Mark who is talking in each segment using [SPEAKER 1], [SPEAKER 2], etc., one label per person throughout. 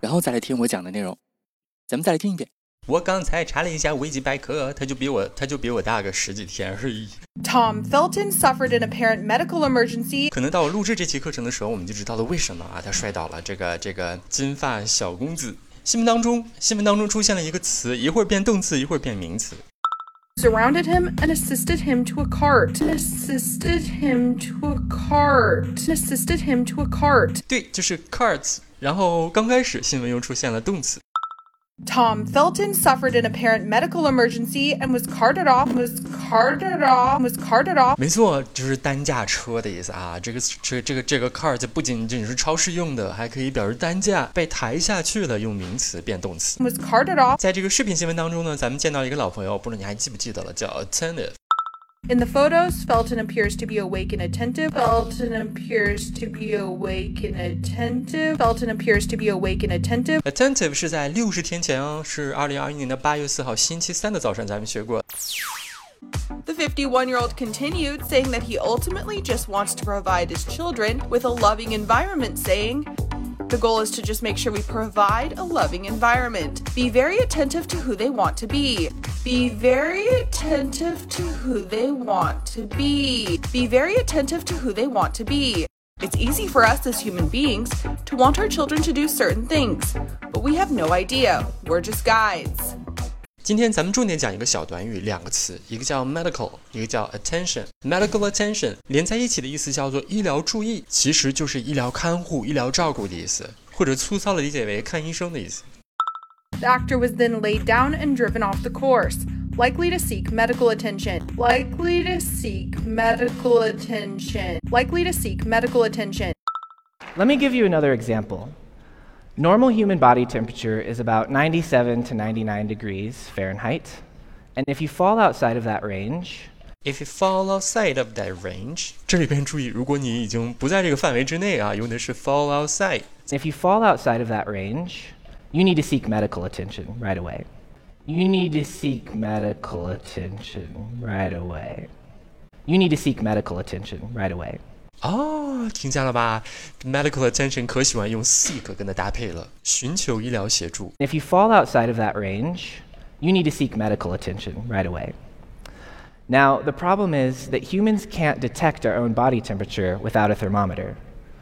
[SPEAKER 1] 然后再来听我讲的内容。咱们再来听一遍。
[SPEAKER 2] 我刚才查了一下维基百科，他就比我他就比我大个十几天而已。
[SPEAKER 3] Tom Felton suffered an apparent medical emergency
[SPEAKER 2] 可能到我录制这期课程的时候，我们就知道了为什么啊，他摔倒了。这个这个金发小公子，新闻当中新闻当中出现了一个词，一会儿变动词，一会儿变名词。
[SPEAKER 3] surrounded him and assisted him to a cart. Assisted him to a cart. Assisted him to a cart.
[SPEAKER 2] 对，就是 cards。然后刚开始新闻又出现了动词，
[SPEAKER 3] Tom Felton suffered an apparent medical emergency and was carted off. Was carted off. Was carted off.
[SPEAKER 2] 没错，就是担架车的意思啊。这个这这个这个 card 不仅仅是超市用的，还可以表示担架被抬下去了，用名词变动词。
[SPEAKER 3] Was carted off.
[SPEAKER 2] 在这个视频新闻当中呢，咱们见到一个老朋友，不知道你还记不记得了，叫 attentive。
[SPEAKER 3] In the photos, Felton appears to be awake and attentive. Felton appears to be awake and attentive. Felton appears to be awake and attentive.
[SPEAKER 2] Attentive 是在六十天前哦，是二零二一年的八月四号星期三的早上，咱们学过。
[SPEAKER 3] The 51 year old continued, saying that he ultimately just wants to provide his children with a loving environment, saying, The goal is to just make sure we provide a loving environment. Be very attentive to who they want to be. Be very attentive to who they want to be. Be very attentive to who they want to be. It's easy for us as human beings to want our children to do certain things, but we have no idea. We're just guides.
[SPEAKER 2] 今天咱们重点讲一个小短语，两个词，一个叫 medical，一个叫 attention。medical attention 连在一起的意思叫做医疗注意，其实就是医疗看护、医疗照顾的意思，或者粗糙的理解为看医生的意思。
[SPEAKER 3] The actor was then laid down and driven off the course, likely to seek medical attention. Likely to seek medical attention. Likely to seek medical attention.
[SPEAKER 4] Let me give you another example. Normal human body temperature is about 97 to 99 degrees Fahrenheit. And if you fall outside of that range,
[SPEAKER 2] If you fall outside of that range，这里边注意，如果你已经不在这个范围之内啊，用的是 fall outside。
[SPEAKER 4] if you fall outside of that range, you need to seek medical attention right away. You need to seek medical attention right away. You need to seek medical attention right away.
[SPEAKER 2] 哦，听见了吧？Medical attention 可喜欢用 seek 跟它搭配了，寻求医疗协助。
[SPEAKER 4] If you fall outside of that range, you need to seek medical attention right away. Now, the problem is that humans can't detect our own body temperature without a thermometer.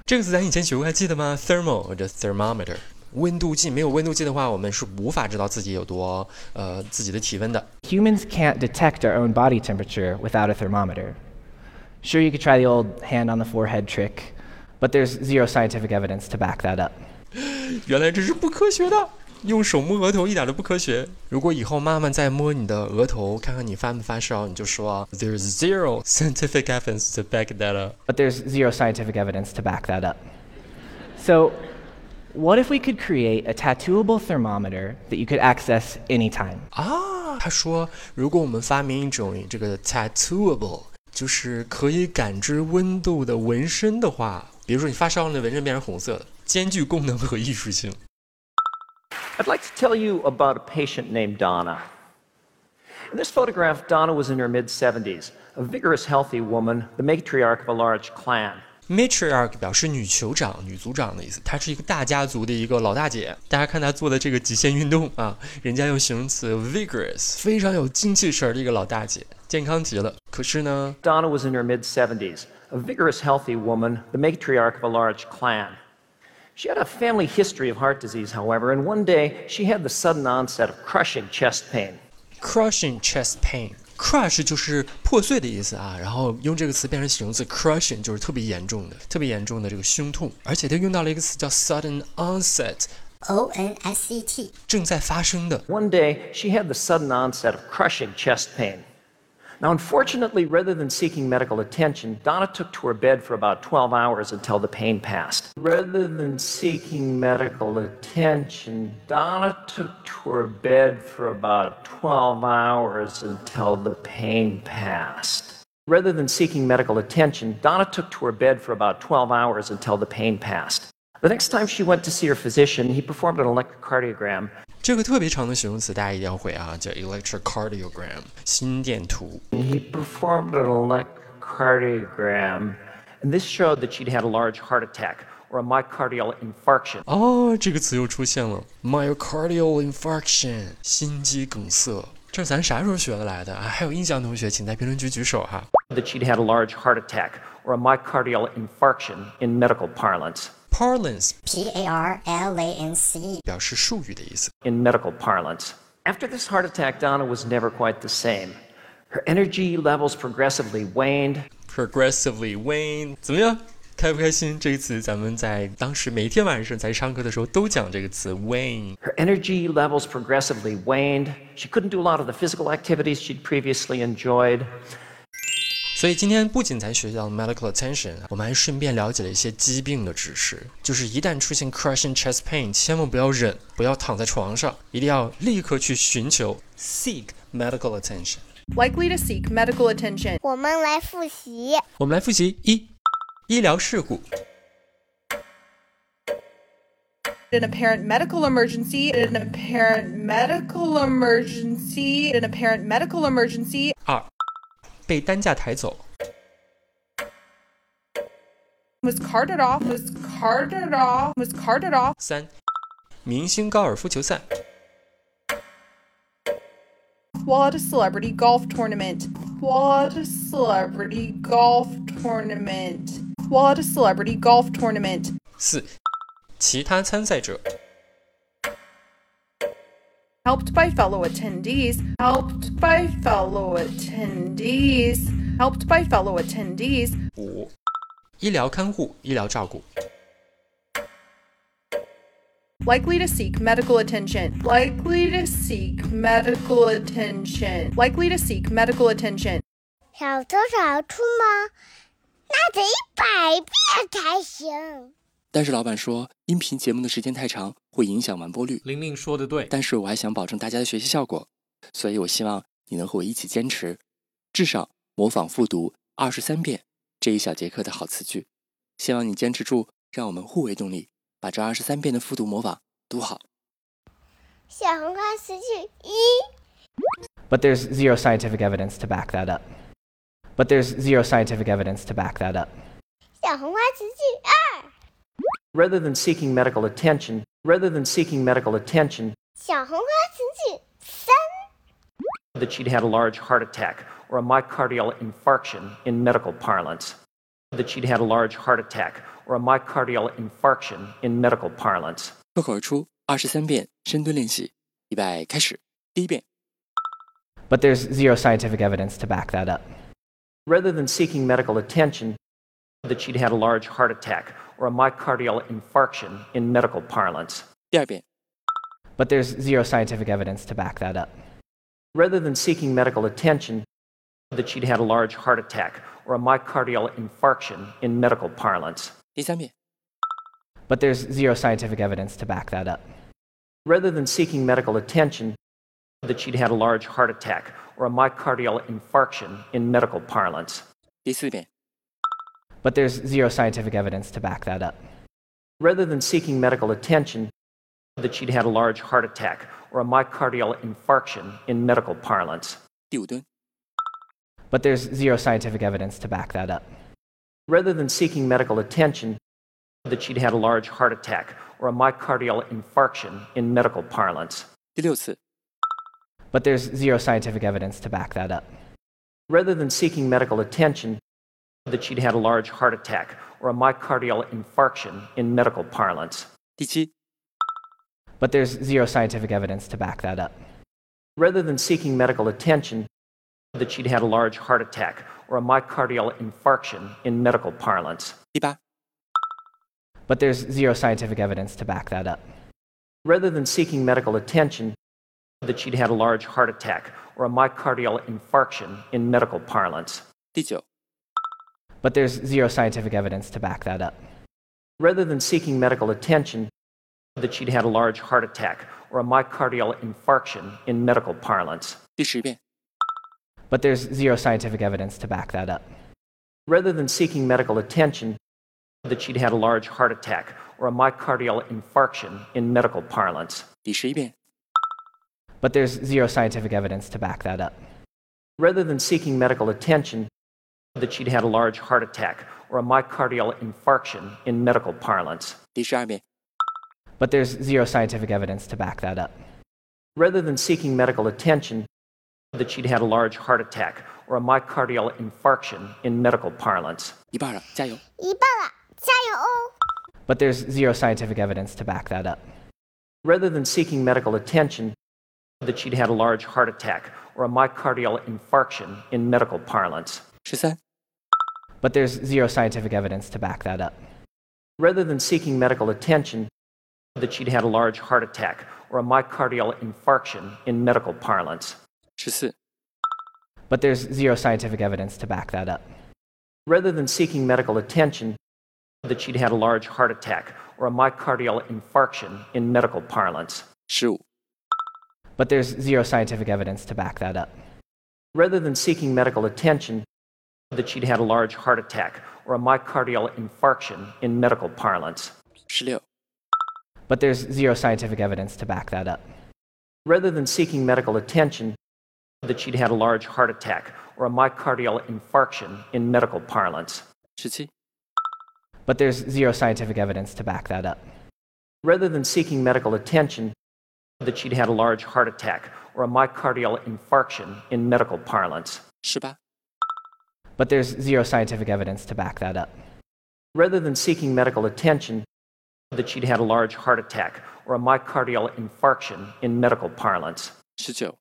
[SPEAKER 2] 这个词咱以前学过，还记得吗？Thermal 或者 thermometer，温度计。没有温度计的话，我们是无法知道自己有多呃自己的体温的。
[SPEAKER 4] Humans can't detect our own body temperature without a thermometer. Sure, you could try the old hand on the forehead trick, but there's zero scientific evidence to back that up.
[SPEAKER 2] 原来这是不科学的，用手摸额头一点都不科学。如果以后妈妈再摸你的额头，看看你发没发烧，你就说 There's zero scientific evidence to back that up。
[SPEAKER 4] But there's zero scientific evidence to back that up. So, what if we could create a tattooable thermometer that you could access anytime?
[SPEAKER 2] 啊，他说，如果我们发明一种这个 tattooable，就是可以感知温度的纹身的话，比如说你发烧了，纹身变成红色的，兼具功能和艺术性。
[SPEAKER 5] I'd like to tell you about a patient named Donna. In this photograph, Donna was in her mid 70s, a vigorous, healthy woman, the matriarch of a large clan.
[SPEAKER 2] Matriarch 表示女酋长、女族长的意思，她是一个大家族的一个老大姐。大家看她做的这个极限运动啊，人家用形容词 vigorous，非常有精气神儿的一个老大姐，健康极了。可是呢，
[SPEAKER 5] Donna was in her mid 70s, a vigorous, healthy woman, the matriarch of a large clan. She had a family history of heart disease, however, and one day she had the sudden onset of crushing chest pain.
[SPEAKER 2] crushing chest pain。crush 就是破碎的意思啊，然后用这个词变成形容词 crushing 就是特别严重的、特别严重的这个胸痛，而且它用到了一个词叫 sudden onset，
[SPEAKER 6] O N S E T
[SPEAKER 2] 正在发生的。
[SPEAKER 5] One day she had the sudden onset of crushing chest pain. Now, unfortunately, rather than seeking medical attention, Donna took to her bed for about 12 hours until the pain passed. Rather than seeking medical attention, Donna took to her bed for about 12 hours until the pain passed. Rather than seeking medical attention, Donna took to her bed for about 12 hours until the pain passed. The next time she went to see her physician, he performed an electrocardiogram
[SPEAKER 2] 这个特别长的形容词大家一定要会啊，叫 electrocardiogram，心电图。
[SPEAKER 5] He performed an electrocardiogram, and this showed that she'd had a large heart attack or a myocardial infarction.
[SPEAKER 2] 哦，这个词又出现了，myocardial infarction，心肌梗塞。这是咱啥时候学的来的啊？还有印象同学，请在评论区举手哈。
[SPEAKER 5] That she'd had a large heart attack or a myocardial infarction in medical parlance.
[SPEAKER 2] Parlance
[SPEAKER 7] P A R L A N C
[SPEAKER 2] 表示术语的意思。
[SPEAKER 5] In medical parlance. After this heart attack, Donna was never quite the same. Her energy levels progressively waned.
[SPEAKER 2] Progressively wane，怎么样？开不开心？这个词咱们在当时每天晚上在上课的时候都讲这个词 wane。
[SPEAKER 5] Her energy levels progressively waned. She couldn't do a lot of the physical activities she'd previously enjoyed.
[SPEAKER 2] 所以今天不仅才学到了 medical attention，我们还顺便了解了一些疾病的知识。就是一旦出现 crushing chest pain，千万不要忍，不要躺在床上，一定要立刻去寻求 seek medical attention。
[SPEAKER 3] Likely to seek medical attention.
[SPEAKER 6] 我们来复习。
[SPEAKER 2] 我们来复习一，医疗事故
[SPEAKER 3] An apparent medical emergency. An apparent medical emergency. An apparent medical emergency.
[SPEAKER 2] 二，被担架抬走
[SPEAKER 3] Was carted off. Was carted off. Was carted off.
[SPEAKER 2] 三，明星高尔夫球赛
[SPEAKER 3] While at a celebrity golf tournament. While at a celebrity golf tournament. While at a celebrity golf tournament.
[SPEAKER 2] 四，其他参赛者
[SPEAKER 3] Helped by fellow attendees. Helped by fellow attendees. Helped by fellow attendees.
[SPEAKER 2] 五，医疗看护、医疗照顾
[SPEAKER 3] Likely to seek medical attention. Likely to seek medical attention. Likely to seek medical attention.
[SPEAKER 6] 小偷小兔吗？那得一百遍才行。
[SPEAKER 1] 但是老板说，音频节目的时间太长，会影响完播率。
[SPEAKER 8] 玲玲说的对，
[SPEAKER 1] 但是我还想保证大家的学习效果，所以我希望你能和我一起坚持，至少模仿复读二十三遍这一小节课的好词句。希望你坚持住，让我们互为动力，把这二十三遍的复读模仿读好。
[SPEAKER 6] 小红花词句一，
[SPEAKER 4] But there's zero scientific evidence to back that up. But there's zero scientific evidence to back that up.
[SPEAKER 6] 小红花词句二，
[SPEAKER 5] rather than seeking medical attention, rather than seeking medical attention,
[SPEAKER 6] 小红花词句三，
[SPEAKER 5] that she'd had a large heart attack or a myocardial infarction in medical parlance, that she'd had a large heart attack or a myocardial infarction in medical parlance.
[SPEAKER 1] 脱口而出二十三遍深蹲练习，预备开始。第一遍，
[SPEAKER 4] But there's zero scientific evidence to back that up.
[SPEAKER 5] Rather than seeking medical attention, that she'd had a large heart attack or a myocardial infarction in medical parlance.
[SPEAKER 1] 第二遍，
[SPEAKER 4] But there's zero scientific evidence to back that up.
[SPEAKER 5] Rather than seeking medical attention, that she'd had a large heart attack or a myocardial infarction in medical parlance.
[SPEAKER 1] 第三遍，
[SPEAKER 4] But there's zero scientific evidence to back that up.
[SPEAKER 5] rather than seeking medical attention, that she'd had a large heart attack or a myocardial infarction in medical parlance,
[SPEAKER 1] 第四遍，
[SPEAKER 4] But there's zero scientific evidence to back that up.
[SPEAKER 5] rather than seeking medical attention, that she'd had a large heart attack or a myocardial infarction in medical parlance,
[SPEAKER 1] 第五蹲，
[SPEAKER 4] But there's zero scientific evidence to back that up.
[SPEAKER 5] rather than seeking medical attention, that she'd had a large heart attack or a myocardial infarction in medical parlance,
[SPEAKER 1] 第六次，
[SPEAKER 4] But there's zero scientific evidence to back that up.
[SPEAKER 5] rather than seeking medical attention, that she'd had a large heart attack or a myocardial infarction in medical parlance.
[SPEAKER 1] 第七，
[SPEAKER 4] But there's zero scientific evidence to back that up.
[SPEAKER 5] rather than seeking medical attention, that she'd had a large heart attack or a myocardial infarction in medical parlance,
[SPEAKER 1] 第八，
[SPEAKER 4] But there's zero scientific evidence to back that up.
[SPEAKER 5] rather than seeking medical attention, that she'd had a large heart attack or a myocardial infarction in medical parlance.
[SPEAKER 1] 第九、
[SPEAKER 4] But there's zero scientific evidence to back that up.
[SPEAKER 5] Rather than seeking medical attention, that she'd had a large heart attack or a myocardial infarction in medical parlance.
[SPEAKER 1] 第十遍、
[SPEAKER 4] But there's zero scientific evidence to back that up.
[SPEAKER 5] Rather than seeking medical attention, that she'd had a large heart attack or a myocardial infarction in medical parlance.
[SPEAKER 1] 第十一遍、
[SPEAKER 4] But there's zero scientific evidence to back that up.
[SPEAKER 5] Rather than seeking medical attention, that she'd had a large heart attack or a myocardial infarction in medical parlance.
[SPEAKER 1] 第十二遍、
[SPEAKER 4] But there's zero scientific evidence to back that up.
[SPEAKER 5] Rather than seeking medical attention, that she'd had a large heart attack or a myocardial infarction in medical parlance.
[SPEAKER 1] 一半了，加油！
[SPEAKER 6] 一半了，加油哦！
[SPEAKER 4] But there's zero scientific evidence to back that up.
[SPEAKER 5] Rather than seeking medical attention, that she'd had a large heart attack or a myocardial infarction in medical parlance.
[SPEAKER 1] 十三、
[SPEAKER 4] But there's zero scientific evidence to back that up.
[SPEAKER 5] Rather than seeking medical attention, that she'd had a large heart attack or a myocardial infarction in medical parlance.
[SPEAKER 1] 十四、
[SPEAKER 4] But there's zero scientific evidence to back that up.
[SPEAKER 5] Rather than seeking medical attention, that she'd had a large heart attack or a myocardial infarction in medical parlance.
[SPEAKER 1] 十五、
[SPEAKER 4] But there's zero scientific evidence to back that up.
[SPEAKER 5] Rather than seeking medical attention, that she'd had a large heart attack or a myocardial infarction in medical parlance.
[SPEAKER 1] 十六、
[SPEAKER 4] But there's zero scientific evidence to back that up.
[SPEAKER 5] Rather than seeking medical attention, that she'd had a large heart attack or a myocardial infarction in medical parlance.
[SPEAKER 1] 十七、
[SPEAKER 4] But there's zero scientific evidence to back that up.
[SPEAKER 5] Rather than seeking medical attention, that she'd had a large heart attack or a myocardial infarction in medical parlance.
[SPEAKER 1] 十八、
[SPEAKER 4] But there's zero scientific evidence to back that up.
[SPEAKER 5] Rather than seeking medical attention, that she'd had a large heart attack or a myocardial infarction in medical parlance.
[SPEAKER 1] 十九、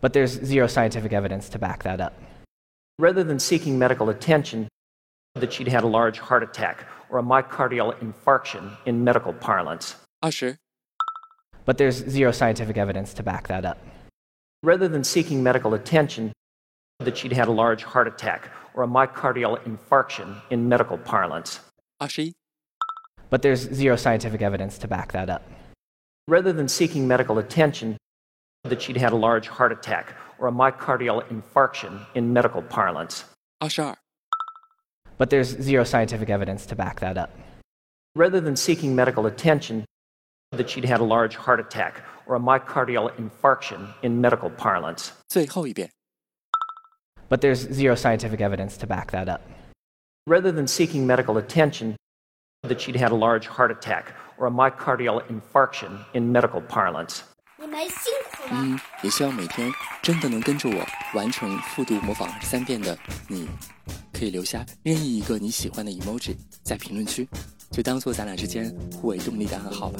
[SPEAKER 4] But there's zero scientific evidence to back that up.
[SPEAKER 5] Rather than seeking medical attention, that she'd had a large heart attack or a myocardial infarction in medical parlance.
[SPEAKER 1] 二十、
[SPEAKER 4] But there's zero scientific evidence to back that up.
[SPEAKER 5] Rather than seeking medical attention, that she'd had a large heart attack or a myocardial infarction in medical parlance.
[SPEAKER 1] 二十一、
[SPEAKER 4] But there's zero scientific evidence to back that up.
[SPEAKER 5] Rather than seeking medical attention, that she'd had a large heart attack or a myocardial infarction in medical parlance.
[SPEAKER 1] 二十二、
[SPEAKER 4] But there's zero scientific evidence to back that up.
[SPEAKER 5] Rather than seeking medical attention, that she'd had a large heart attack or a myocardial infarction in medical parlance.
[SPEAKER 1] 最后一遍。
[SPEAKER 4] But there's zero scientific evidence to back that up.
[SPEAKER 5] Rather than seeking medical attention, that she'd had a large heart attack or a myocardial infarction in medical parlance.
[SPEAKER 6] 你们辛苦了。
[SPEAKER 1] 嗯，也希望每天真的能跟着我完成复读模仿三遍的你，可以留下任意一个你喜欢的 emoji 在评论区，就当做咱俩之间互为动力的暗号吧。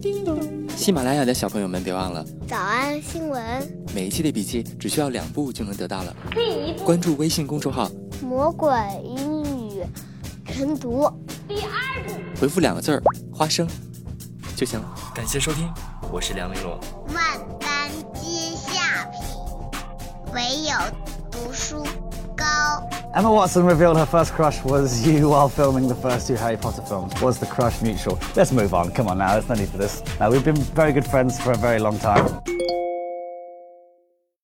[SPEAKER 1] 叮咚！喜马拉雅的小朋友们，别忘了
[SPEAKER 6] 早安新闻，
[SPEAKER 1] 每一期的笔记只需要两步就能得到了。关注微信公众号，
[SPEAKER 6] 魔鬼英语晨读。
[SPEAKER 1] 回复两个字儿“花生”就行了。感谢收听，我是梁丽罗。
[SPEAKER 6] 万般皆下品，唯有读书高。
[SPEAKER 8] Emma Watson revealed her first crush was you while filming the first two Harry Potter films. Was the crush mutual? Let's move on. Come on now, there's no need for this. Now, we've been very good friends for a very long time.